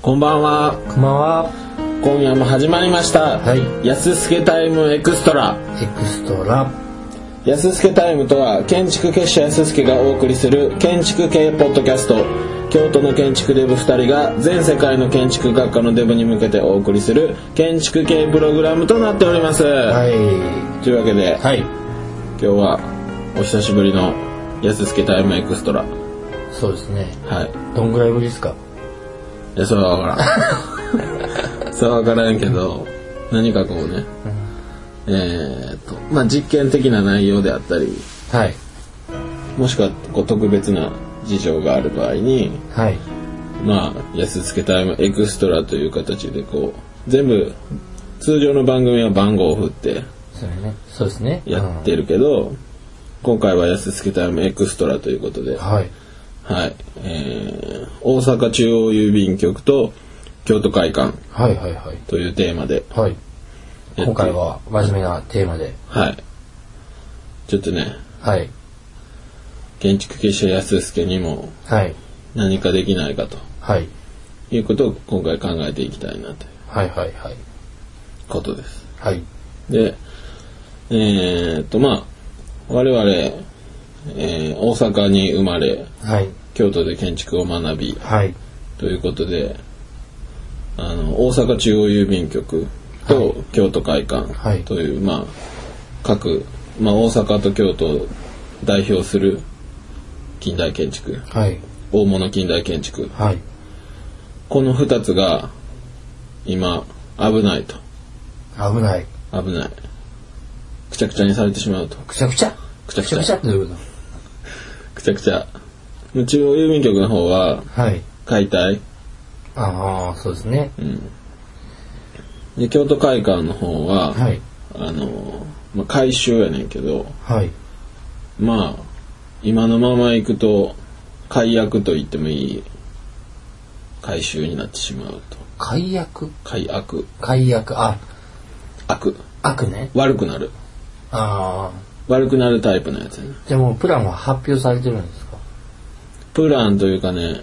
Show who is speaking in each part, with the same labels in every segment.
Speaker 1: こんばんは。
Speaker 2: こんばんは。
Speaker 1: 今夜も始まりました。
Speaker 2: はい
Speaker 1: 安助タイムエクストラ。
Speaker 2: エクストラ。
Speaker 1: 安助タイムとは建築結社安助がお送りする建築系ポッドキャスト京都の建築デブ2人が全世界の建築学科のデブに向けてお送りする建築系プログラムとなっております、
Speaker 2: はい。
Speaker 1: というわけで、
Speaker 2: はい。
Speaker 1: 今日はお久しぶりの安助タイムエクストラは
Speaker 2: そうですね。
Speaker 1: い
Speaker 2: どんぐらいぶりですか
Speaker 1: いやそれは分からんそれは分からんけど何かこうね、えーっとまあ実験的な内容であったり
Speaker 2: はい。
Speaker 1: もしくはこう特別な事情がある場合に
Speaker 2: はい。
Speaker 1: まあ安付けタイムエクストラという形でこう全部通常の番組は番号を振って
Speaker 2: それね。そうですね。
Speaker 1: やってるけど、今回は安付けタイムエクストラということで、
Speaker 2: うん。
Speaker 1: は
Speaker 2: はい。
Speaker 1: いえー大阪中央郵便局と京都会館
Speaker 2: はいはいはい。
Speaker 1: というテーマで
Speaker 2: はい。
Speaker 1: やって
Speaker 2: 今回は真面目なテーマで。
Speaker 1: はいちょっとね
Speaker 2: はい。
Speaker 1: 建築結社安助にも
Speaker 2: はい。
Speaker 1: 何かできないかと
Speaker 2: はい。
Speaker 1: いうことを今回考えていきたいなという
Speaker 2: はいはいはい。
Speaker 1: ことです
Speaker 2: はい。
Speaker 1: で、えーっと、まあ、我々、えー大阪に生まれ、
Speaker 2: はい。
Speaker 1: 京都で建築を学び、
Speaker 2: はい。
Speaker 1: ということで、あの、大阪中央郵便局と京都会
Speaker 2: は
Speaker 1: 館
Speaker 2: い
Speaker 1: という、まあ、各、まあ、大阪と京都を代表する近代建築、
Speaker 2: はい。
Speaker 1: 大物近代建築、
Speaker 2: はい。
Speaker 1: この二つが、今、危ないと。
Speaker 2: 危ない。
Speaker 1: 危ない。くちゃくちゃにされてしまうと。
Speaker 2: くちゃくちゃ。
Speaker 1: くちゃくち
Speaker 2: くち
Speaker 1: ゃ
Speaker 2: ゃくちゃってどういうこ
Speaker 1: くちゃくちゃ。中央郵便局の方は
Speaker 2: とはい。
Speaker 1: 解体。
Speaker 2: ああ、そうですね。
Speaker 1: で、京都会館の方は、
Speaker 2: はい。
Speaker 1: あの、まあ、改修やねんけど、
Speaker 2: はい。
Speaker 1: まあ、今のまま行くと、解約と言ってもいい改修になってしまうと。
Speaker 2: 解約
Speaker 1: 解悪、
Speaker 2: 解約。あ、
Speaker 1: 悪、
Speaker 2: 悪ね。
Speaker 1: 悪くなる。
Speaker 2: ああ。
Speaker 1: 悪くなるタイプのやつやね。
Speaker 2: じゃあもうプランは発表されてるんですか
Speaker 1: プランというかね、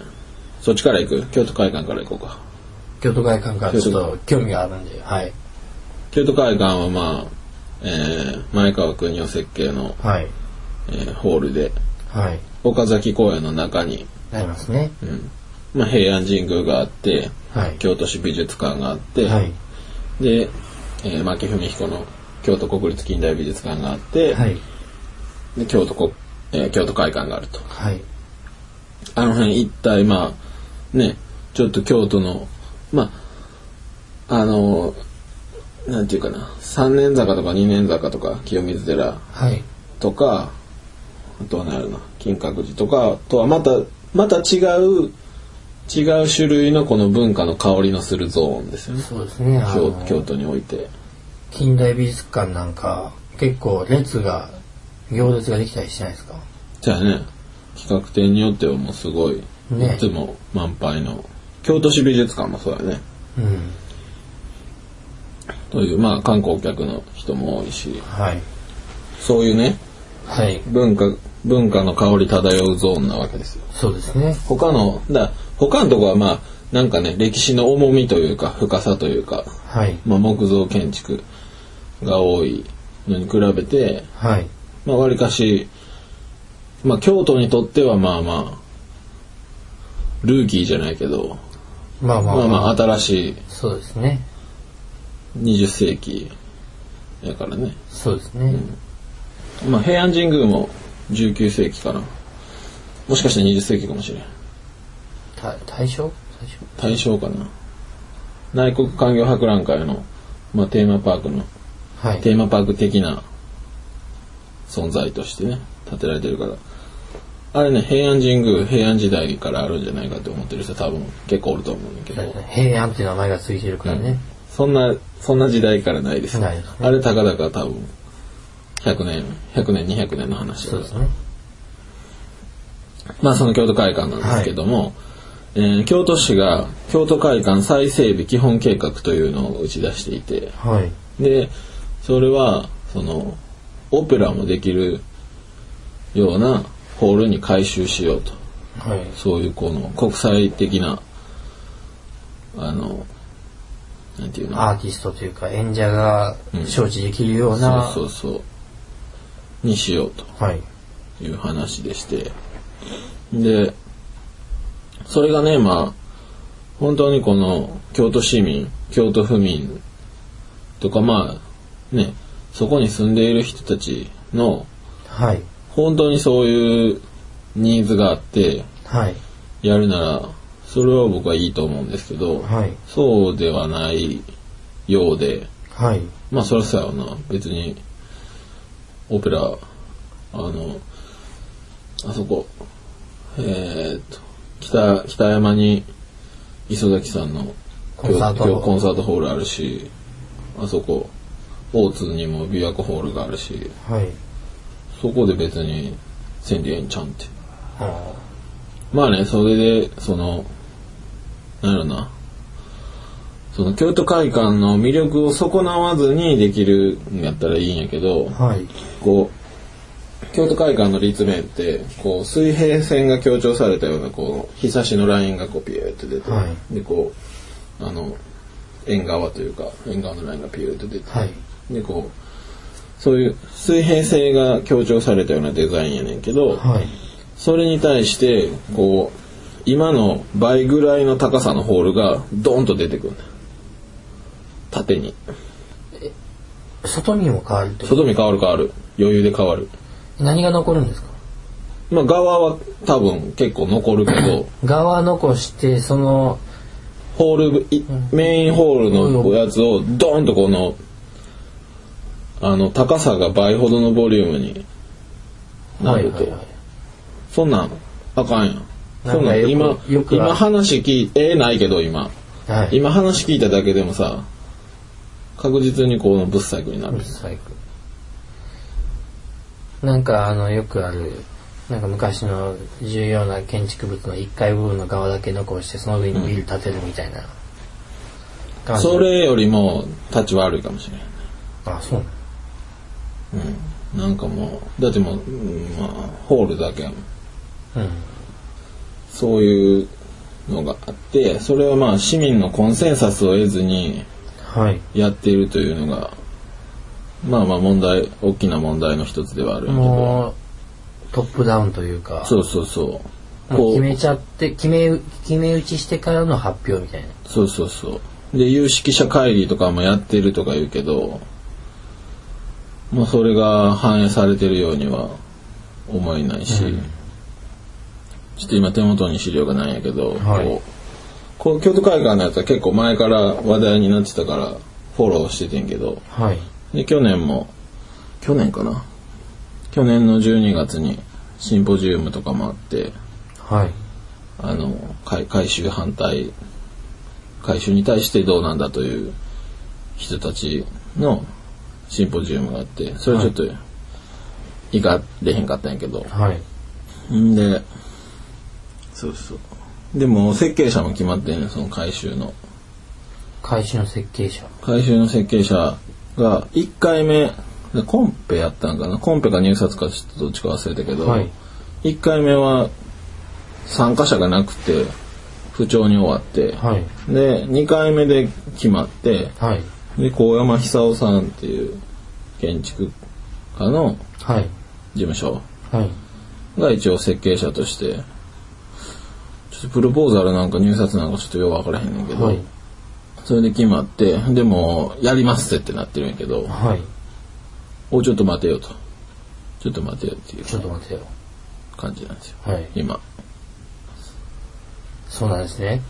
Speaker 1: そっちから行く京都会館から行こうか。
Speaker 2: 京都外観からちょっと興味があるんで、はい。
Speaker 1: 京都会館はまあ、えー前川国夫設計の、
Speaker 2: はい。
Speaker 1: えーホールで、
Speaker 2: はい。
Speaker 1: 岡崎公園の中に、
Speaker 2: なりますね。
Speaker 1: うんまあ、平安神宮があって
Speaker 2: はい。
Speaker 1: 京都市美術館があって、
Speaker 2: はい。
Speaker 1: で、えー、牧文彦の京都国立近代美術館があって、
Speaker 2: はい。
Speaker 1: で京都国、えー京都会館があると
Speaker 2: はい。
Speaker 1: あの辺一帯まあねちょっと京都のまああのなんていうかな三年坂とか二年坂とか清水寺
Speaker 2: はい。
Speaker 1: とかあとは何やろな金閣寺とかとはまたまた違う違う種類のこの文化の香りのするゾーンですよね
Speaker 2: そうですね。あ
Speaker 1: 京
Speaker 2: の
Speaker 1: 京都において
Speaker 2: 近代美術館なんか、結構列が、行列ができたりしないですか
Speaker 1: じゃあね企画展によってはもうすごい、
Speaker 2: ね
Speaker 1: いつも満杯の京都市美術館もそうだね
Speaker 2: うん。
Speaker 1: というまあ観光客の人も多いし
Speaker 2: はい。
Speaker 1: そういうね
Speaker 2: はい。
Speaker 1: 文化文化の香り漂うゾーンなわけですよ
Speaker 2: そうですね。
Speaker 1: 他のだ他のとこはまあなんかね歴史の重みというか深さというか
Speaker 2: はい。
Speaker 1: まあ、木造建築が多いのに比べて
Speaker 2: はい。
Speaker 1: まあ、割かし、まあ、京都にとってはまあまあルーキーじゃないけど、
Speaker 2: まあまあ
Speaker 1: まあまあ新しい
Speaker 2: そうですね。
Speaker 1: 20世紀やからね、
Speaker 2: そうですね。
Speaker 1: まあ、平安神宮も19世紀かなもしかして20世紀かもしれん
Speaker 2: た対象最初
Speaker 1: 大正かな内国勧業博覧会の、まあ、テーマパークの
Speaker 2: はい。
Speaker 1: テーマパーク的な存在としてね建てられてるからあれね平安神宮平安時代からあるんじゃないかと思ってる人多分結構おると思うんだけど、
Speaker 2: 平安っていう名前がついてるからね。
Speaker 1: そんなそんな時代からないです
Speaker 2: ないですね
Speaker 1: あれたかだか多分100年100年200年の話だ
Speaker 2: そう
Speaker 1: か
Speaker 2: です
Speaker 1: ら
Speaker 2: ね。
Speaker 1: まあその京都会館なんですけども、えー京都市が京都会館再整備基本計画というのを打ち出していて、
Speaker 2: はい。
Speaker 1: でそれはそのオペラもできるようなホールに改修しようと
Speaker 2: はい。
Speaker 1: そういうこの国際的なあのなんていうの
Speaker 2: アーティストというか演者が承知できるような、
Speaker 1: そうそうそうにしようと
Speaker 2: はい
Speaker 1: いう話でしてでそれがねまあ本当にこの京都市民京都府民とかまあねそこに住んでいる人たちの
Speaker 2: はい
Speaker 1: 本当にそういうニーズがあって
Speaker 2: はい
Speaker 1: やるならそれは僕はいいと思うんですけど、
Speaker 2: はい
Speaker 1: そうではないようで
Speaker 2: はい
Speaker 1: まあそりゃそうやわな別にオペラあのあそこえー、っと北北山に磯崎さんの
Speaker 2: コンサート
Speaker 1: 今日コンサートホールあるしあそこ大津にも琵琶湖ホールがあるし
Speaker 2: はい
Speaker 1: そこで別に千里園ちゃんって
Speaker 2: あ
Speaker 1: まあね、それで、その、なんやろな。その京都会館の魅力を損なわずにできるんやったらいいんやけど
Speaker 2: ー、はい
Speaker 1: こう、京都会館の立面って、こう、水平線が強調されたような、こう、日差しのラインがこう、ピューって出て、
Speaker 2: は
Speaker 1: で、こう、あの、縁側というか、縁側のラインがピューって出て、
Speaker 2: はい
Speaker 1: で、こう、そういう水平性が強調されたようなデザインやねんけど、
Speaker 2: はい
Speaker 1: それに対してこう今の倍ぐらいの高さのホールがドーンと出てくるんだよ縦に
Speaker 2: 外にも変わるってこ
Speaker 1: 外見変わる変わる余裕で変わる
Speaker 2: と何が残るんですか
Speaker 1: まあ側は多分結構残るけど
Speaker 2: 側残してその
Speaker 1: ホールいメインホールのおやつをドーンとこのあの高さが倍ほどのボリュームになると、
Speaker 2: はいはいはい
Speaker 1: そんなんあかんやん
Speaker 2: なんか
Speaker 1: そんなん
Speaker 2: よく
Speaker 1: 今
Speaker 2: よくある
Speaker 1: 今話聞いええないけど今
Speaker 2: はい
Speaker 1: 今話聞いただけでもさ確実にこのブッサイクになる
Speaker 2: ブスサイクなんかあのよくあるなんか昔の重要な建築物の1階部分の側だけ残してその上にビル建てるみたいな感じ
Speaker 1: それよりも立ち悪いかもしれ
Speaker 2: あそうなの
Speaker 1: んなんかもうだってもう、うんまあ、ホールだけやもん
Speaker 2: うん
Speaker 1: そういうのがあってそれはまあ市民のコンセンサスを得ずに
Speaker 2: はい
Speaker 1: やっているというのがまあまあ問題大きな問題の一つではあるんやけど
Speaker 2: もうトップダウンというか
Speaker 1: そうそうそう
Speaker 2: もう
Speaker 1: こ
Speaker 2: 決
Speaker 1: う
Speaker 2: めちゃって決め決め打ちしてからの発表みたいな
Speaker 1: そうそうそうで有識者会議とかもやってるとか言うけどまあそれが反映されてるようには思えないし、
Speaker 2: うん
Speaker 1: ちょっと今手元に資料がないんやけど、
Speaker 2: はい
Speaker 1: こうこう京都会館のやつは結構前から話題になってたからフォローしててんけど
Speaker 2: はい
Speaker 1: で去年も去年かな去年の12月にシンポジウムとかもあって
Speaker 2: はい
Speaker 1: あの改改修反対改修に対してどうなんだという人たちのシンポジウムがあってそれちょっと行かれへんかったんやけど、
Speaker 2: はい
Speaker 1: んでそうそうでも設計者も決まってんねんその改修の
Speaker 2: 開始の設計者
Speaker 1: 改修の設計者が1回目でコンペやったんかなコンペか入札かちょっとどっちか忘れたけど、
Speaker 2: はい
Speaker 1: 1回目は参加者がなくて不調に終わって、
Speaker 2: はい
Speaker 1: で2回目で決まって
Speaker 2: はい
Speaker 1: で高山久夫さんっていう建築家の
Speaker 2: はい
Speaker 1: 事務所
Speaker 2: はい
Speaker 1: が一応設計者としてちょっとプロポーザルなんか入札なんかちょっとよう分からへんねんけど、
Speaker 2: はい
Speaker 1: それで決まってでもやりますってってなってるんやけど
Speaker 2: はい
Speaker 1: おちょっと待てよとちょっと待てよっていう
Speaker 2: ちょっと待ってよ
Speaker 1: 感じなんですよ
Speaker 2: はい
Speaker 1: 今
Speaker 2: そうなんですね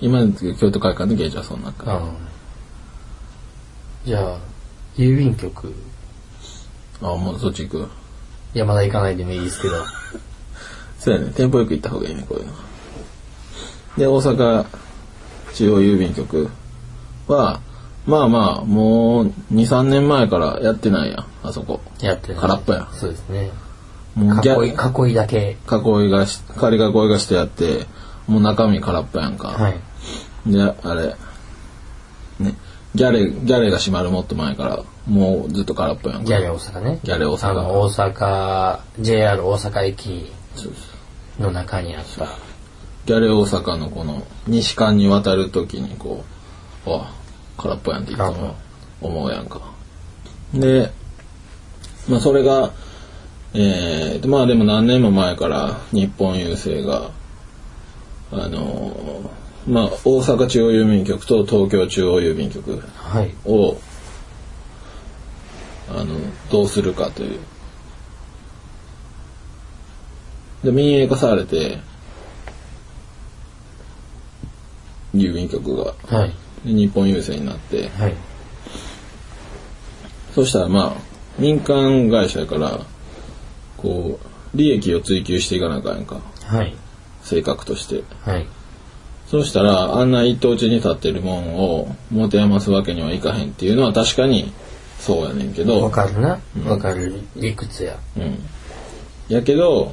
Speaker 1: 今の京都会館の現状はそんな
Speaker 2: う
Speaker 1: 感
Speaker 2: んじゃあ郵便局
Speaker 1: じあもうそっち行く
Speaker 2: いやまだ行かないでもいいですけど
Speaker 1: そうやねテンポよく行った方がいいねこういうのはで大阪中央郵便局はまあまあもう23年前からやってないやんあそこ
Speaker 2: やってない
Speaker 1: 空っぽや
Speaker 2: そうですね
Speaker 1: もうギャ
Speaker 2: 囲い囲いだけ
Speaker 1: 囲いがし仮囲いがしてあってもう中身空っぽやんか、
Speaker 2: はい
Speaker 1: であれねギャレギャレが閉まるもっと前からもうずっと空っぽやん
Speaker 2: ギ
Speaker 1: か
Speaker 2: ャレ大阪ね
Speaker 1: ギャレ大阪
Speaker 2: あの大阪 JR 大阪駅
Speaker 1: そう
Speaker 2: の中にあった
Speaker 1: ギャレ大阪のこの西館に渡る時にこうあ空っぽやんっていつも思うやんかでまあそれがえー、まあでも何年も前から日本郵政があのーまあ大阪中央郵便局と東京中央郵便局
Speaker 2: はい。
Speaker 1: をあのどうするかというで民営化されて郵便局が
Speaker 2: はい。
Speaker 1: で日本郵政になって
Speaker 2: はい。
Speaker 1: そしたらまあ民間会社やからこう利益を追求していかなあかんやんか
Speaker 2: はい。
Speaker 1: 性格として
Speaker 2: はい。
Speaker 1: そうしたらあんな一等地に立ってるもんを持て余すわけにはいかへんっていうのは確かにそうやねんけど
Speaker 2: わかるな。わかる理屈や。
Speaker 1: うん。やけど、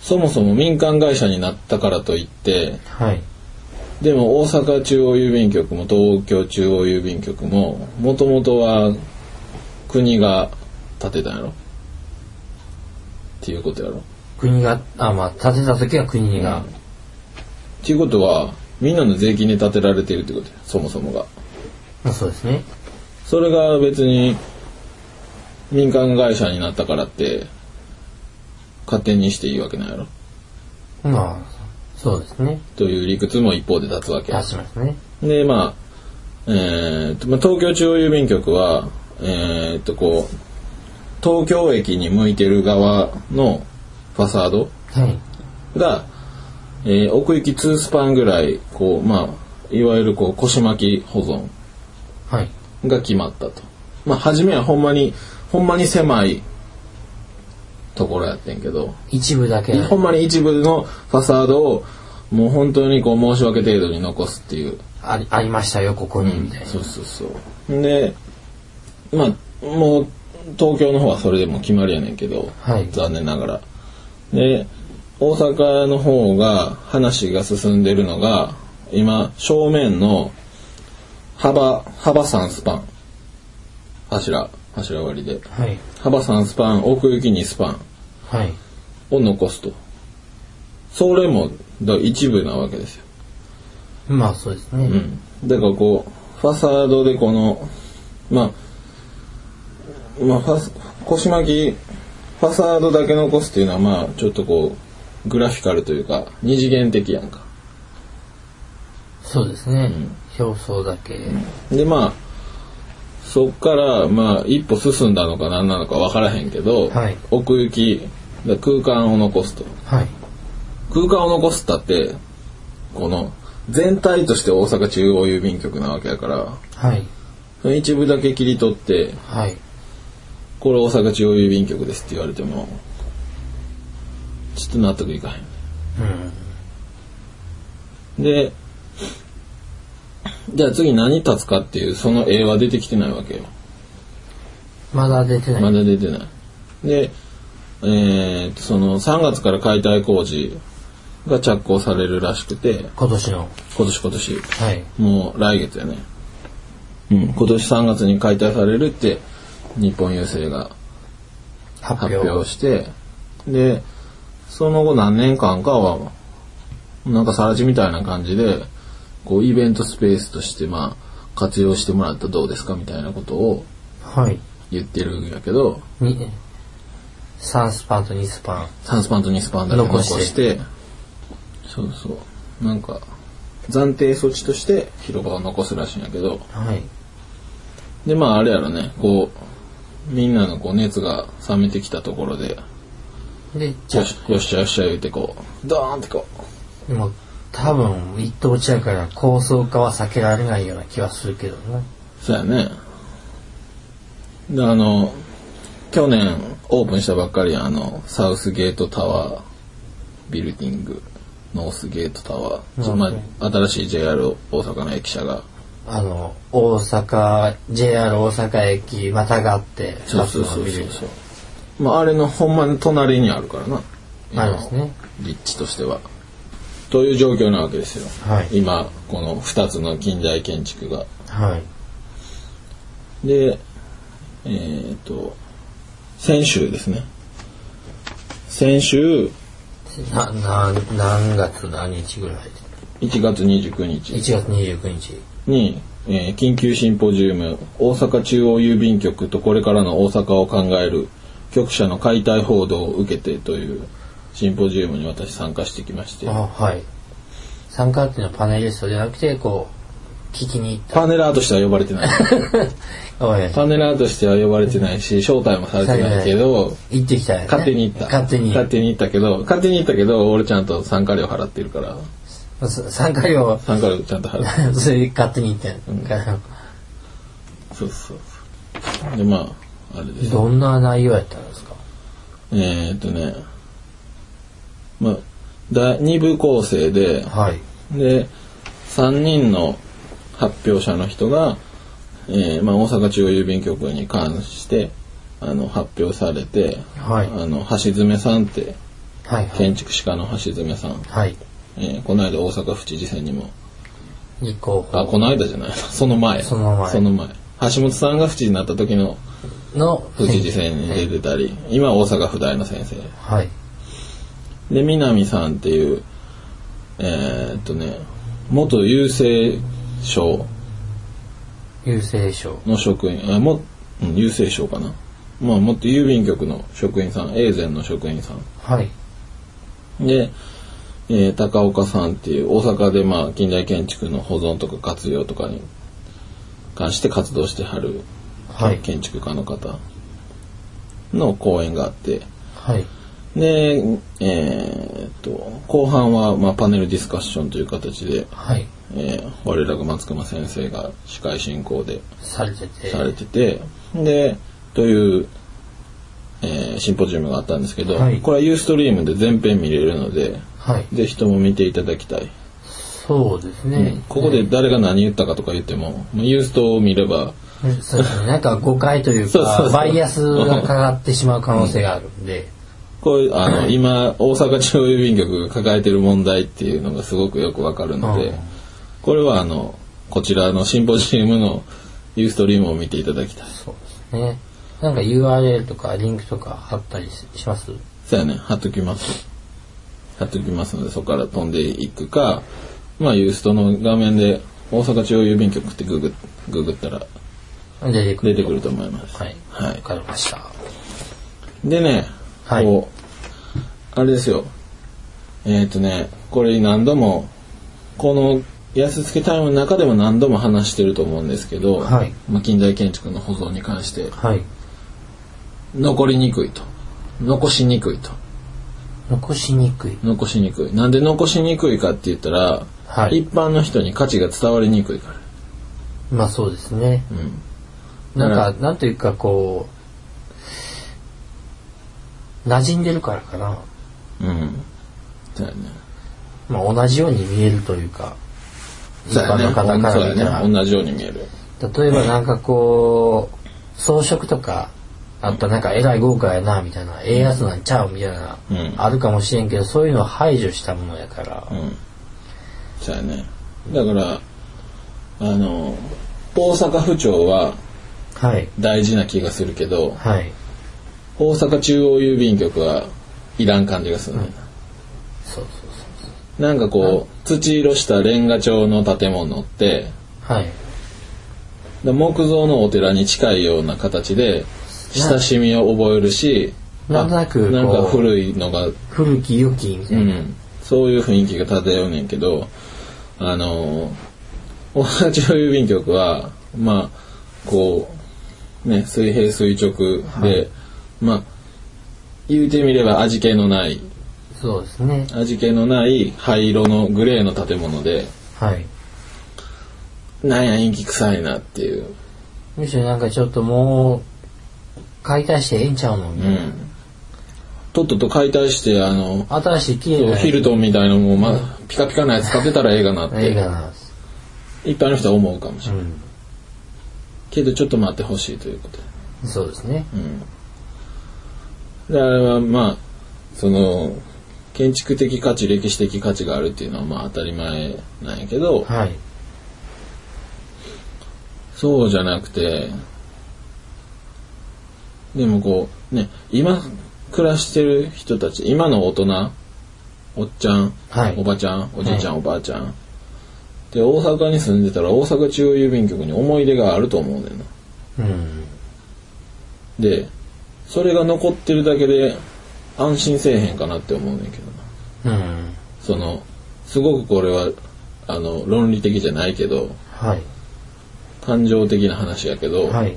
Speaker 1: そもそも民間会社になったからといって、
Speaker 2: はい。
Speaker 1: でも大阪中央郵便局も東京中央郵便局も、もともとは国が建てたんやろっていうことやろっ
Speaker 2: 国が、あ、まあ、建てた時は国が。
Speaker 1: ていうことは、みんなの税金で建てられているってことや、そもそもが。
Speaker 2: まあ、そうですね。
Speaker 1: それが別に民間会社になったからって、勝手にしていいわけなんやろ
Speaker 2: まあ、そうですね。
Speaker 1: という理屈も一方で立つわけや
Speaker 2: 出。しますね。
Speaker 1: で、まあ、えーっと、まあ、東京中央郵便局は、えーっと、こう、東京駅に向いてる側のファサード
Speaker 2: はい。
Speaker 1: が、えー奥行き2スパンぐらい、こう、まあ、いわゆるこう、腰巻き保存
Speaker 2: はい。
Speaker 1: が決まったと。まあ、初めはほんまに、ほんまに狭いところやってんけど、
Speaker 2: 一部だけの。
Speaker 1: ほんまに一部のファサードを、もう本当にこう、申し訳程度に残すっていう。
Speaker 2: ありありましたよ、ここに、みたいな。
Speaker 1: そうそうそうでまあもう東京の方はそれでもう決まりやねんけど、
Speaker 2: はい
Speaker 1: 残念ながらで大阪の方が話が進んでるのが今正面の幅幅3スパン柱柱割りで
Speaker 2: はい。
Speaker 1: 幅3スパン奥行き2スパン
Speaker 2: はい。
Speaker 1: を残すとそれもだ一部なわけですよ
Speaker 2: まあ、そうですね。
Speaker 1: だからこうファサードでこのまあまあファス腰巻きファサードだけ残すっていうのはまあちょっとこうグラフィカルというか二次元的やんか
Speaker 2: そうですね。表層だけ。
Speaker 1: でまあそっからまあ一歩進んだのか何なのか分からへんけど、
Speaker 2: はい
Speaker 1: 奥行きだ空間を残すと
Speaker 2: はい。
Speaker 1: 空間を残すったってこの全体として大阪中央郵便局なわけやから
Speaker 2: はい。
Speaker 1: その一部だけ切り取って
Speaker 2: はい。
Speaker 1: これ大阪中央郵便局ですって言われてもちょっと納得いかへん
Speaker 2: うん。
Speaker 1: でじゃあ次何立つかっていうその絵は出てきてないわけよ
Speaker 2: まだ出てない。
Speaker 1: まだ出てないでえーとその3月から解体工事が着工されるらしくて
Speaker 2: 今年の。
Speaker 1: 今年今年
Speaker 2: はい。
Speaker 1: もう来月やねうん今年3月に解体されるって日本郵政が
Speaker 2: 発
Speaker 1: 発
Speaker 2: 表。
Speaker 1: 表してでその後何年間かはなんか更地みたいな感じでこうイベントスペースとしてまあ活用してもらったらどうですかみたいなことを
Speaker 2: はい。
Speaker 1: 言ってるんやけど
Speaker 2: に、3スパンと2スパン。
Speaker 1: 3スパンと2スパンだけ残
Speaker 2: 残
Speaker 1: して
Speaker 2: して
Speaker 1: そうそうなんか暫定措置として広場を残すらしいんやけど
Speaker 2: はい。
Speaker 1: でまああれやろねこうみんなのこう熱が冷めてきたところで
Speaker 2: で、じゃ
Speaker 1: よしよっしゃよっしゃ言うてこうドーンってこう
Speaker 2: でも、多分、一等地やから高層化は避けられないような気はするけどね。
Speaker 1: そうやね。で、あの、去年オープンしたばっかりやんあの、サウスゲートタワービルディング、ノースゲートタワー、ちょまあ新しい JR 大阪の駅舎が、
Speaker 2: あの、大阪、JR 大阪駅、またがあって、
Speaker 1: そうそうそう
Speaker 2: 二つ
Speaker 1: そ
Speaker 2: の
Speaker 1: う
Speaker 2: ビル
Speaker 1: まあ、あれのほんまの隣にあるからな。
Speaker 2: ありますね。
Speaker 1: 立地としては。という状況なわけですよ。
Speaker 2: はい
Speaker 1: 今、この2つの近代建築が。
Speaker 2: はい。
Speaker 1: で、えーっと、先週ですね。先週、
Speaker 2: な、な、何月何日ぐらい
Speaker 1: 1月29日
Speaker 2: ?1 月29日。
Speaker 1: に、えー緊急シンポジウム大阪中央郵便局とこれからの大阪を考える局舎の解体報道を受けてというシンポジウムに私参加してきまして
Speaker 2: あ、はい。参加っていうのはパネリストじゃなくて、こう、聞きに行っ
Speaker 1: パネラーとしては呼ばれてない
Speaker 2: た。おい、
Speaker 1: パネラーとしては呼ばれてないし招待もされてないけど
Speaker 2: 行ってきたよ、ね。
Speaker 1: 勝手に行った
Speaker 2: 勝手に。
Speaker 1: 勝手に行ったけど勝手に行ったけど俺ちゃんと参加料払ってるから
Speaker 2: そ参加料、
Speaker 1: 参加料ちゃんと払って
Speaker 2: それ勝手に行ったよ、
Speaker 1: そうそうそうでまああれです
Speaker 2: どんな内容やったんですか
Speaker 1: えー、っとねまあ第2部構成で
Speaker 2: はい。
Speaker 1: で3人の発表者の人が、えーまあ、大阪中央郵便局に関してあの発表されて、
Speaker 2: はい
Speaker 1: あの橋爪さんって
Speaker 2: はい、はい。
Speaker 1: 建築士科の橋爪さん、
Speaker 2: はい。
Speaker 1: えーこの間大阪府知事選にも
Speaker 2: 立候補
Speaker 1: あこの間じゃない その前
Speaker 2: その前
Speaker 1: 橋本さんが府知事になった時の
Speaker 2: の
Speaker 1: 府知事選に出てたり今大阪府大の先生
Speaker 2: はい。
Speaker 1: で南さんっていうえーっとね元郵政省
Speaker 2: 郵政省。
Speaker 1: の職員あも、うん、郵政省かなまあもっと郵便局の職員さん永善の職員さん
Speaker 2: はい。
Speaker 1: で、えー高岡さんっていう大阪でまあ近代建築の保存とか活用とかに関して活動してはる
Speaker 2: はい。
Speaker 1: 建築家の方の講演があって
Speaker 2: はい。
Speaker 1: でえーっと後半はまあパネルディスカッションという形で、
Speaker 2: はい。
Speaker 1: えー我らが松隈先生が司会進行で
Speaker 2: されてて。
Speaker 1: されてて、で、という、えーシンポジウムがあったんですけど、
Speaker 2: はい
Speaker 1: これは Ustream で全編見れるので、
Speaker 2: はい。
Speaker 1: ぜひとも見ていただきたい。
Speaker 2: そうですね。
Speaker 1: ここで誰が何言ったかとか言っても、もうユーストを見れば、
Speaker 2: うんそうですね。なんか誤解という
Speaker 1: そうそうそ
Speaker 2: か
Speaker 1: う、
Speaker 2: バイアスがかかってしまう可能性があるんで。
Speaker 1: こうあの、今、大阪中央郵便局が抱えてる問題っていうのがすごくよくわかるので、
Speaker 2: うん
Speaker 1: これはあの、こちらのシンポジウムの Ustream を見ていただきたい。
Speaker 2: そうですね。なんか URL とかリンクとかあったりしします
Speaker 1: そうやね、貼っときます。貼っときますので、そこから飛んでいくか、まあ、ユーストの画面で、大阪中央郵便局ってググググったら
Speaker 2: 出てく
Speaker 1: 出
Speaker 2: る。
Speaker 1: てくると思います。
Speaker 2: はい。
Speaker 1: は
Speaker 2: わかりました。
Speaker 1: い。でね、
Speaker 2: はい
Speaker 1: こう、あれですよ。えっ、とね、これ何度も、この安付タイムの中でも何度も話してると思うんですけど、
Speaker 2: はい
Speaker 1: まあ、近代建築の保存に関して、
Speaker 2: はい。
Speaker 1: 残りにくいと。残しにくいと。
Speaker 2: 残しにくい。
Speaker 1: 残しにくいなんで残しにくいかって言ったら、
Speaker 2: はい
Speaker 1: 一般の人に価値が伝わりにくいから
Speaker 2: まあそうですね。
Speaker 1: ん
Speaker 2: なんか、なんというかこう、馴染んでるからかな。
Speaker 1: うんそうやね
Speaker 2: まあ同じように見えるというか、一般の方か
Speaker 1: そう
Speaker 2: ら
Speaker 1: や
Speaker 2: 見たら。
Speaker 1: ね同じように見える
Speaker 2: 例えばなんかこう装飾とかあとなんかえらい豪華やなみたいなええやつなんちゃうみたいな、
Speaker 1: うん
Speaker 2: あるかもしれんけどそういうのを排除したものやから、
Speaker 1: うんそうやねだからあの大阪府庁は
Speaker 2: はい
Speaker 1: 大事な気がするけど
Speaker 2: はい
Speaker 1: 大阪中央郵便局はいらん感じがするね、
Speaker 2: そうそうそう
Speaker 1: なんかこう土色したレンガ調の建物って
Speaker 2: はい
Speaker 1: で木造のお寺に近いような形で親しみを覚えるし
Speaker 2: なんとなく
Speaker 1: あなんか
Speaker 2: こう
Speaker 1: 古いのが、
Speaker 2: 古き良きみた
Speaker 1: う
Speaker 2: いな、
Speaker 1: ん、そういう雰囲気が漂うねんけどあのー大阪中央郵便局はまあこうね水平垂直で、まあ言うてみれば味気のない
Speaker 2: そうですね
Speaker 1: 味気のない灰色のグレーの建物で
Speaker 2: はい
Speaker 1: なんや陰気臭いなっていう、
Speaker 2: むしろなんかちょっともう解体してええんちゃうの、
Speaker 1: うん、とっとと解体してあの
Speaker 2: 新しい綺麗
Speaker 1: そう
Speaker 2: な
Speaker 1: ヒルトンみたいなもう、まあ、ピカピカなやつ買ってたらええかなっ
Speaker 2: 映画
Speaker 1: て
Speaker 2: なんです、
Speaker 1: 一般の人は思うかもしれな
Speaker 2: う
Speaker 1: い
Speaker 2: ん、
Speaker 1: けどちょっと待ってほしいということで
Speaker 2: そうですね
Speaker 1: うんであれはまあその建築的価値歴史的価値があるっていうのはまあ当たり前なんやけど
Speaker 2: はい
Speaker 1: そうじゃなくてでもこうね今暮らしてる人たち今の大人おっちゃん、
Speaker 2: はい
Speaker 1: おばちゃんおじいちゃん、おばあちゃんで大阪に住んでたら大阪中央郵便局に思い出があると思うねんな
Speaker 2: うん。
Speaker 1: でそれが残ってるだけで安心せえへんかなって思うねんけどな
Speaker 2: うん。
Speaker 1: そのすごくこれはあの論理的じゃないけど
Speaker 2: はい。
Speaker 1: 感情的な話やけど、
Speaker 2: はい。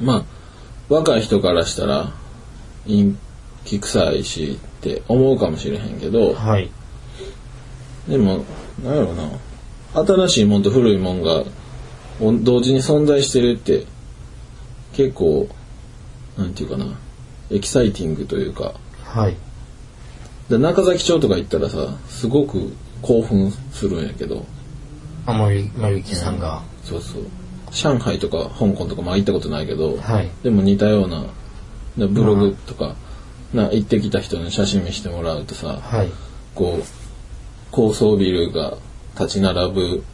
Speaker 1: まあ若い人からしたら陰気臭いしって思うかもしれへんけど
Speaker 2: はい。
Speaker 1: でもなんやろな新しいもんと古いもんがお同時に存在してるって結構なんていうかなエキサイティングというか
Speaker 2: はい。
Speaker 1: で中崎町とか行ったらさすごく興奮するんやけど
Speaker 2: あ、森、森木さんが。
Speaker 1: そうそう上海とか香港とかまあ行ったことないけど、
Speaker 2: はい。
Speaker 1: でも似たようななブログとか、な行ってきた人の写真見してもらうとさ
Speaker 2: はい。
Speaker 1: こう高層ビルが立ち並ぶ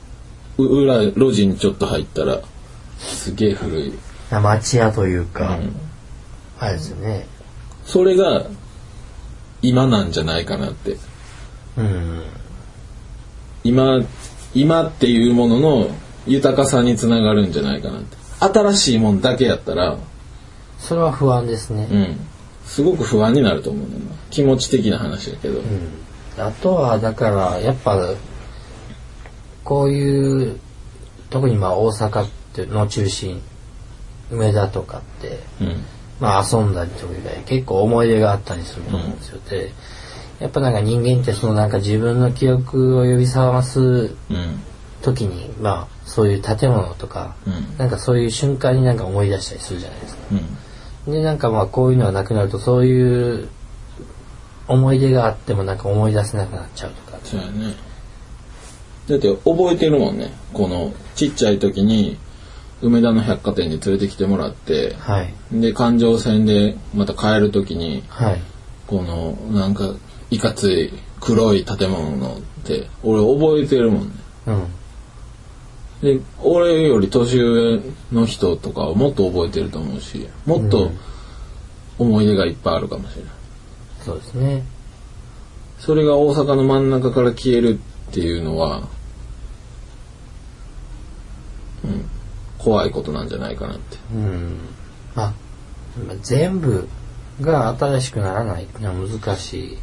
Speaker 1: う裏路地にちょっと入ったらすげえ古い、
Speaker 2: 町屋というか、
Speaker 1: うん
Speaker 2: あれですよね。
Speaker 1: それが今なんじゃないかなって
Speaker 2: うん。
Speaker 1: 今今っていうものの豊かさにつながるんじゃないかなって新しいもんだけやったら
Speaker 2: それは不安ですね。
Speaker 1: うんすごく不安になると思うんだよな気持ち的な話だけど、
Speaker 2: あとはだからやっぱこういう特にまあ大阪っての中心梅田とかって、
Speaker 1: うん
Speaker 2: まあ、遊んだりとか以外結構思い出があったりすると思うんですよ、でやっぱなんか人間ってそのなんか自分の記憶を呼び覚ます
Speaker 1: うん
Speaker 2: 時にまあそういう建物とか、
Speaker 1: うん
Speaker 2: なんかそういう瞬間になんか思い出したりするじゃないですか。
Speaker 1: うん
Speaker 2: でなんかまあこういうのがなくなるとそういう思い出があってもなんか思い出せなくなっちゃうとか
Speaker 1: そうやねだって覚えてるもんねこのちっちゃい時に梅田の百貨店に連れてきてもらって
Speaker 2: はい
Speaker 1: で環状線でまた帰る時に
Speaker 2: はい
Speaker 1: このなんかいかつい黒い建物のって俺覚えてるもんね
Speaker 2: うん
Speaker 1: で俺より年上の人とかはもっと覚えてると思うしもっと思い出がいっぱいあるかもしれない
Speaker 2: そうですね
Speaker 1: それが大阪の真ん中から消えるっていうのは、うん、怖いことなんじゃないかなって。
Speaker 2: うんまあまあ全部が新しくならないっていうのは難しい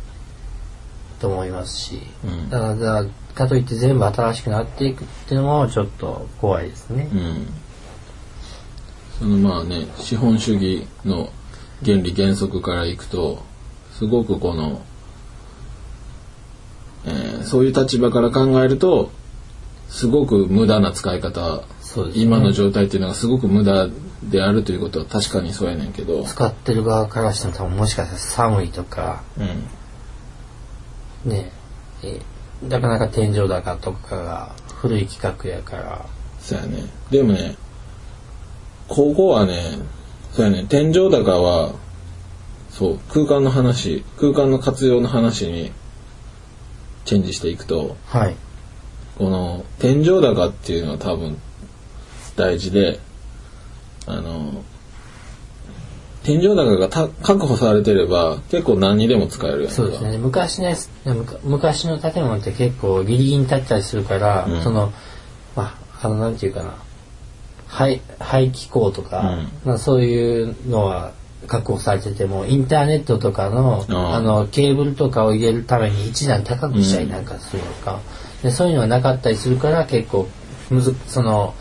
Speaker 2: と思いますし、
Speaker 1: うん
Speaker 2: だからだからかといって全部新しくなっていくっていうのもちょっと怖いですね、
Speaker 1: うん。そのまあね、資本主義の原理原則からいくと、すごくこの、えーそういう立場から考えると、すごく無駄な使い方、
Speaker 2: そうですね
Speaker 1: 今の状態っていうのがすごく無駄であるということは確かにそうやねんけど、
Speaker 2: 使ってる側からしても多分もしかしたら寒いとか
Speaker 1: うん。
Speaker 2: ねえなかなか天井高とかが古い企画やから
Speaker 1: そうやね。でもね、ここはね、そうやね、天井高は、そう、空間の話、空間の活用の話にチェンジしていくと、
Speaker 2: はい
Speaker 1: この天井高っていうのは多分大事で、あの、天井高がた確保されてれば結構何にでも使えるやんか。
Speaker 2: そうですね昔のやつむか昔の建物って結構ギリギリに建ったりするから、
Speaker 1: うん
Speaker 2: そのまああのなんていうかな排排気口とか、
Speaker 1: うん
Speaker 2: まあ、そういうのは確保されててもインターネットとかの
Speaker 1: ああ
Speaker 2: あのケーブルとかを入れるために一段高くしたりなんかするのか、でそういうのがなかったりするから結構むずその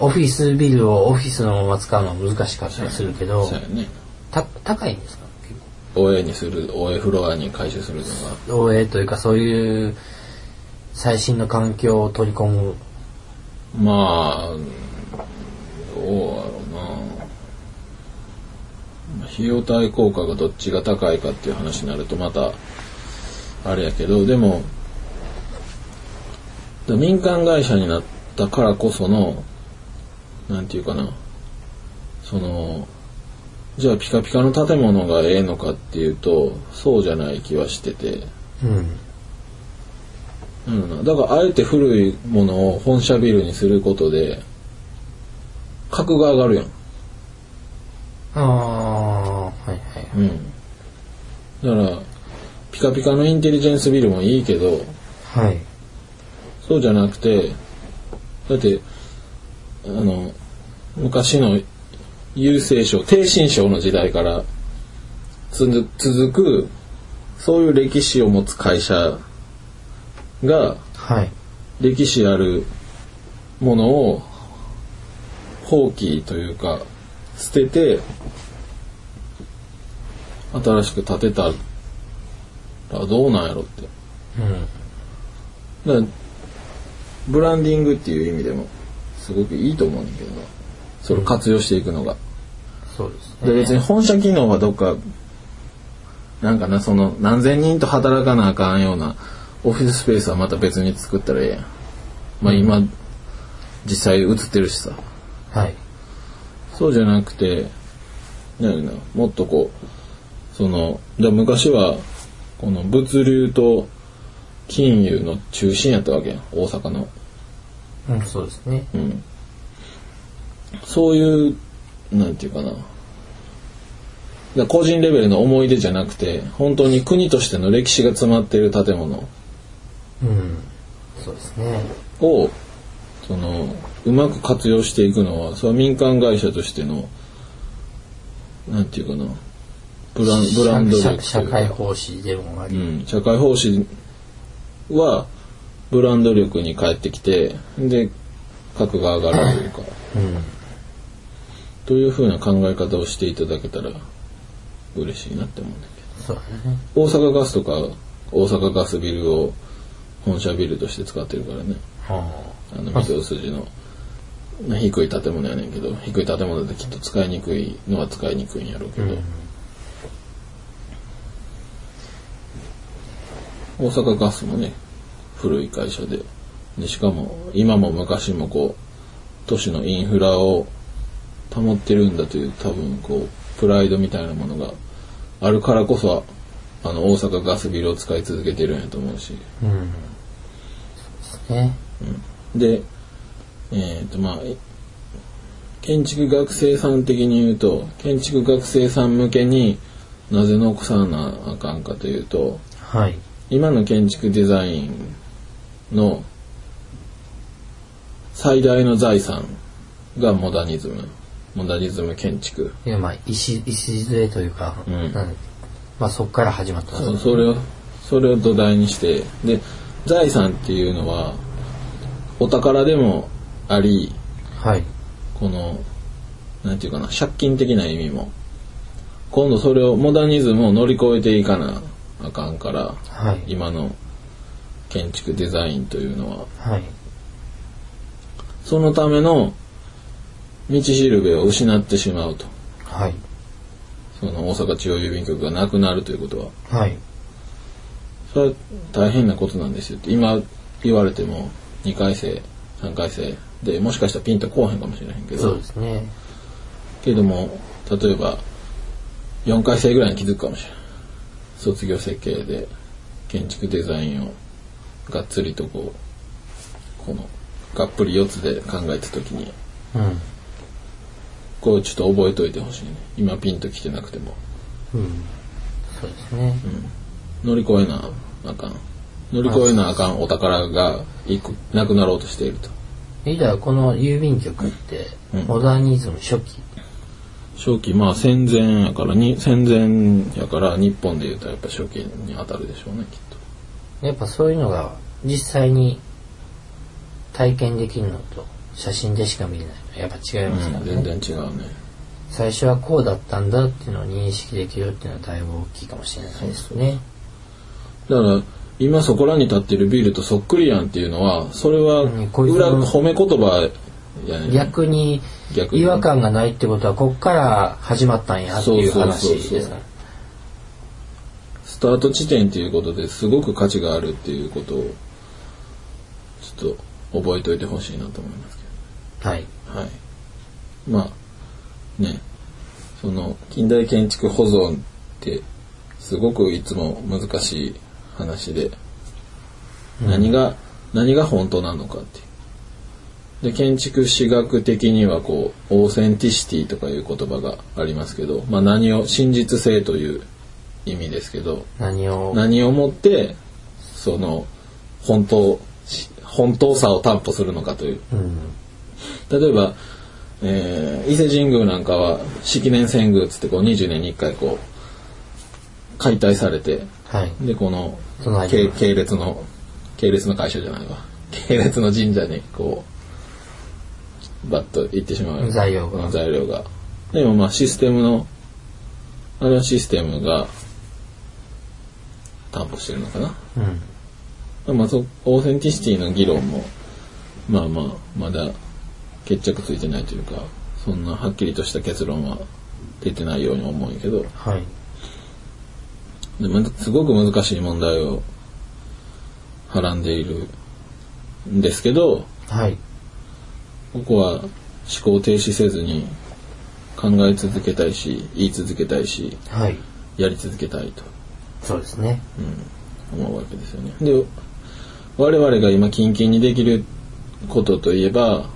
Speaker 2: オフィスビルをオフィスのまま使うのは難しかったりするけど
Speaker 1: そうやね。
Speaker 2: た高いんですか結構
Speaker 1: OA にする、OA フロアに回収するのが。
Speaker 2: OA というかそういう最新の環境を取り込む
Speaker 1: まあ、うんどうやろうな。まあ費用対効果がどっちが高いかっていう話になるとまた、あれやけど、でも、民間会社になったからこその、なんていうかな、その、じゃあピカピカの建物がええのかっていうと、そうじゃない気はしてて、
Speaker 2: うん
Speaker 1: なんだろうなだからあえて古いものを本社ビルにすることで格が上がるやん、
Speaker 2: ああはいはい
Speaker 1: うん、だからピカピカのインテリジェンスビルもいいけど
Speaker 2: はい。
Speaker 1: そうじゃなくてだってあの昔の郵政省低信省の時代からつづ続くそういう歴史を持つ会社が
Speaker 2: はい。
Speaker 1: 歴史あるものを放棄というか捨てて新しく建てたらどうなんやろって
Speaker 2: うん。
Speaker 1: だからブランディングっていう意味でもすごくいいと思うんだけどなそれを活用していくのが、
Speaker 2: そうですね。
Speaker 1: で別に本社機能はどっかなんかなその何千人と働かなあかんようなオフィススペースはまた別に作ったらええやんまあ今、実際映ってるしさ
Speaker 2: はい。
Speaker 1: そうじゃなくてなんやろなもっとこうそのじゃあ昔はこの物流と金融の中心やったわけやん大阪の
Speaker 2: うん、そうですね。
Speaker 1: うん、そういうなんていうかなだから個人レベルの思い出じゃなくて本当に国としての歴史が詰まっている建物
Speaker 2: うん。そうですね。
Speaker 1: をそのうまく活用していくのはそれは民間会社としてのなんていうかなブランブランド力という
Speaker 2: 社
Speaker 1: か
Speaker 2: 社会奉仕でもあ
Speaker 1: う
Speaker 2: り、
Speaker 1: ん、社会奉仕はブランド力に返ってきてで格が上がるというか。
Speaker 2: うん。
Speaker 1: というふうな考え方をしていただけたら嬉しいなって思うんだけど
Speaker 2: そうだね。
Speaker 1: 大阪ガスとか大阪ガスビルを本社ビルとして使ってるからね
Speaker 2: は
Speaker 1: あの御堂筋のまあ低い建物やねんけど低い建物できっと使いにくいのは使いにくいんやろうけ
Speaker 2: あ。う
Speaker 1: ど
Speaker 2: ん、。
Speaker 1: 大阪ガスもね古い会社ででしかも今も昔もこう都市のインフラを保ってるんだという多分こうプライドみたいなものがあるからこそあの大阪ガスビルを使い続けてるんやと思うし
Speaker 2: うん。そうですね。
Speaker 1: でえっ、とまあ建築学生さん的に言うと建築学生さん向けになぜ残さなあかんかというと
Speaker 2: はい。
Speaker 1: 今の建築デザインの最大の財産がモダニズムモダニズム建築
Speaker 2: いや、まあ、石、礎というか、
Speaker 1: うん
Speaker 2: まあ、そこから始まった。
Speaker 1: そうそれをそれを土台にしてで財産っていうのはお宝でもあり
Speaker 2: はい。
Speaker 1: このなんていうかな借金的な意味も今度それをモダニズムを乗り越えていかなあかんから
Speaker 2: はい。
Speaker 1: 今の建築デザインというのは
Speaker 2: はい。
Speaker 1: そのための道しるべを失ってしまうと。
Speaker 2: はい。
Speaker 1: その大阪中央郵便局がなくなるということは。
Speaker 2: はい。
Speaker 1: それは大変なことなんですよって今言われても2回生、3回生でもしかしたらピンとこうへんかもしれへんけ
Speaker 2: そう
Speaker 1: ど
Speaker 2: で、すね。
Speaker 1: けども、例えば4回生ぐらいに気づくかもしれない。卒業設計で建築デザインをがっつりとこう、このがっぷり4つで考えた時に、
Speaker 2: うん。
Speaker 1: こうちょっと覚えといてほしいね。今ピンときてなくても。
Speaker 2: うん。そうですね。
Speaker 1: 乗り越えなあかん。乗り越えなあかんお宝が一個なくなろうとしていると。
Speaker 2: リーダー、この郵便局って、
Speaker 1: うん
Speaker 2: モダニズム初期。
Speaker 1: 初期、まあ戦前やからに、戦前やから日本で言うとやっぱ初期に当たるでしょうね、きっ
Speaker 2: やっぱそういうのが実際に体験できるのと写真でしか見れないのやっぱ違いますか
Speaker 1: と。
Speaker 2: らね、
Speaker 1: 全然違うね。
Speaker 2: 最初はこうだったんだっていうのを認識できるっていうのはだいぶ大きいかもしれないですね
Speaker 1: だから、今そこらに立ってるビルとそっくりやんっていうのは、それは
Speaker 2: うんこいつ
Speaker 1: 裏褒め言葉やねん。
Speaker 2: 逆に
Speaker 1: 逆に
Speaker 2: 違和感がないってことはこっから始まったんやってい
Speaker 1: そ
Speaker 2: う
Speaker 1: うそう
Speaker 2: 話
Speaker 1: そうそう
Speaker 2: ですから
Speaker 1: スタート地点ということですごく価値があるっていうことを、ちょっと覚えておいてほしいなと思いますけど。
Speaker 2: はい
Speaker 1: はい。まあ、ね、その、近代建築保存って、すごくいつも難しい話で、何が、何が本当なのかっていう。で、建築史学的には、こう、オーセンティシティとかいう言葉がありますけど、まあ何を、真実性という意味ですけど
Speaker 2: 何を
Speaker 1: 何をもってその本当し本当さを担保するのかという
Speaker 2: うん
Speaker 1: 例えば、えー伊勢神宮なんかは式年遷宮っつってこう20年に1回こう解体されて
Speaker 2: はい
Speaker 1: でこの
Speaker 2: その間
Speaker 1: 系系列の系列の会社じゃないわ系列の神社にこうバッと行ってしまう
Speaker 2: 材料が
Speaker 1: うん材料がでもまあシステムのあれはシステムが担保してるのかな
Speaker 2: うん
Speaker 1: まあ、そオーセンティシティの議論もまあまあまだ決着ついてないというかそんなはっきりとした結論は出てないように思うんやけど
Speaker 2: はい
Speaker 1: でむずすごく難しい問題をはらんでいるんですけど
Speaker 2: はい
Speaker 1: ここは思考停止せずに考え続けたいし言い続けたいし
Speaker 2: はい
Speaker 1: やり続けたいと
Speaker 2: そうですね
Speaker 1: 思うわけですよね。で我々が今近々にできることといえば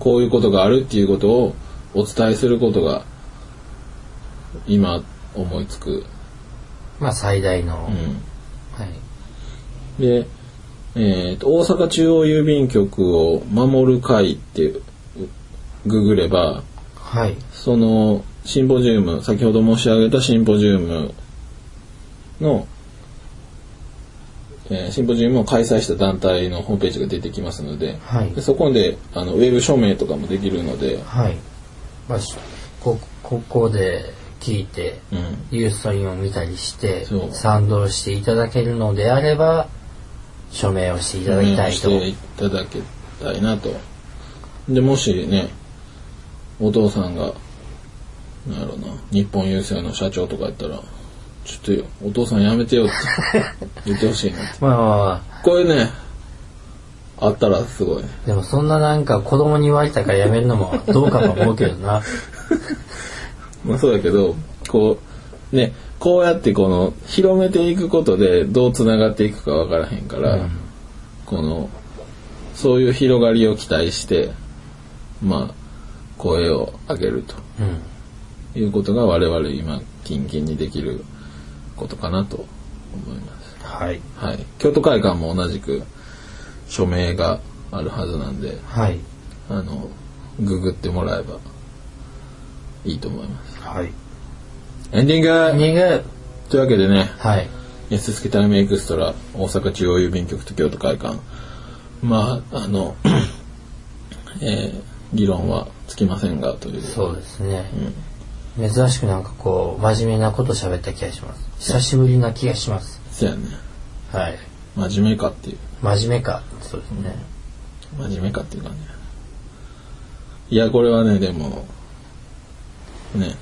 Speaker 1: こういうことがあるっていうことをお伝えすることが今思いつく。
Speaker 2: まあ最大の、
Speaker 1: うん
Speaker 2: はい
Speaker 1: で、えーと大阪中央郵便局を守る会ってうググれば
Speaker 2: はい
Speaker 1: そのシンポジウム先ほど申し上げたシンポジウムの、えーシンポジウムを開催した団体のホームページが出てきますので
Speaker 2: はい
Speaker 1: でそこであのウェブ署名とかもできるので、
Speaker 2: はいまあしこここで聞いて
Speaker 1: うん、
Speaker 2: ユーストインを見たりして
Speaker 1: そう
Speaker 2: 賛同していただけるのであれば署名をしていただきたい
Speaker 1: し
Speaker 2: と
Speaker 1: ていただきたいなとでもしねお父さんがなんやろうな日本郵政の社長とかやったらちょっとお父さんやめてよって言ってほしいなって
Speaker 2: まあまあまあ
Speaker 1: これねあったらすごいね
Speaker 2: でもそんななんか子供に言われたからやめるのもどうかと思うけど な
Speaker 1: まあそうだけど、こう、ね、こうやってこの、広めていくことでどう繋がっていくかわからへんから、この、そういう広がりを期待して、まあ、声を上げると
Speaker 2: うん
Speaker 1: いうことが我々今、近々にできることかなと思います。
Speaker 2: はい
Speaker 1: はい。京都会館も同じく署名があるはずなんで、
Speaker 2: はい
Speaker 1: あの、ググってもらえばいいと思います。
Speaker 2: はい
Speaker 1: エンディング
Speaker 2: 逃げ
Speaker 1: というわけでね、
Speaker 2: はい
Speaker 1: 安助タイムエクストラ大阪中央郵便局と京都会館まああの、えー議論はつきませんがという
Speaker 2: そうですね、珍しくなんかこう真面目なこと喋った気がします久しぶりな気がします
Speaker 1: そうやね
Speaker 2: はい
Speaker 1: 真面目かっていう
Speaker 2: 真面目かそうですね、
Speaker 1: 真面目かっていうかねいやこれはねでもね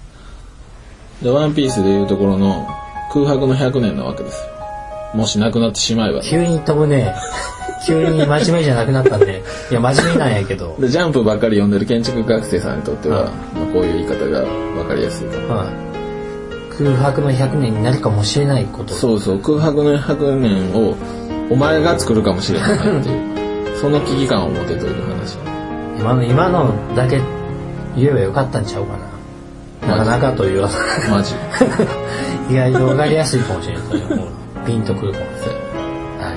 Speaker 1: でワンピースでいうところの空白の100年なわけですよもしなくなってしまえばね
Speaker 2: 急に飛ぶ ね急に真面目じゃなくなったんでいや真面目なんやけど
Speaker 1: でジャンプばっかり読んでる建築学生さんにとっては、まあ、こういう言い方が分かりやすいかな
Speaker 2: まあ空白の100年になるかもしれないこと
Speaker 1: そうそう空白の100年をお前が作るかもしれないって いうその危機感を持てという話
Speaker 2: 今の今のだけ言えばよかったんちゃうかななかなかという
Speaker 1: マジ
Speaker 2: 意外と分かりやすいかもしれ ないそれもピンとくるかもしれない、は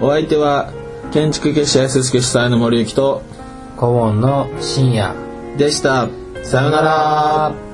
Speaker 1: お相手は建築結社安助主催の森幸と
Speaker 2: い、顧問の深夜
Speaker 1: でしたさようなら
Speaker 2: ら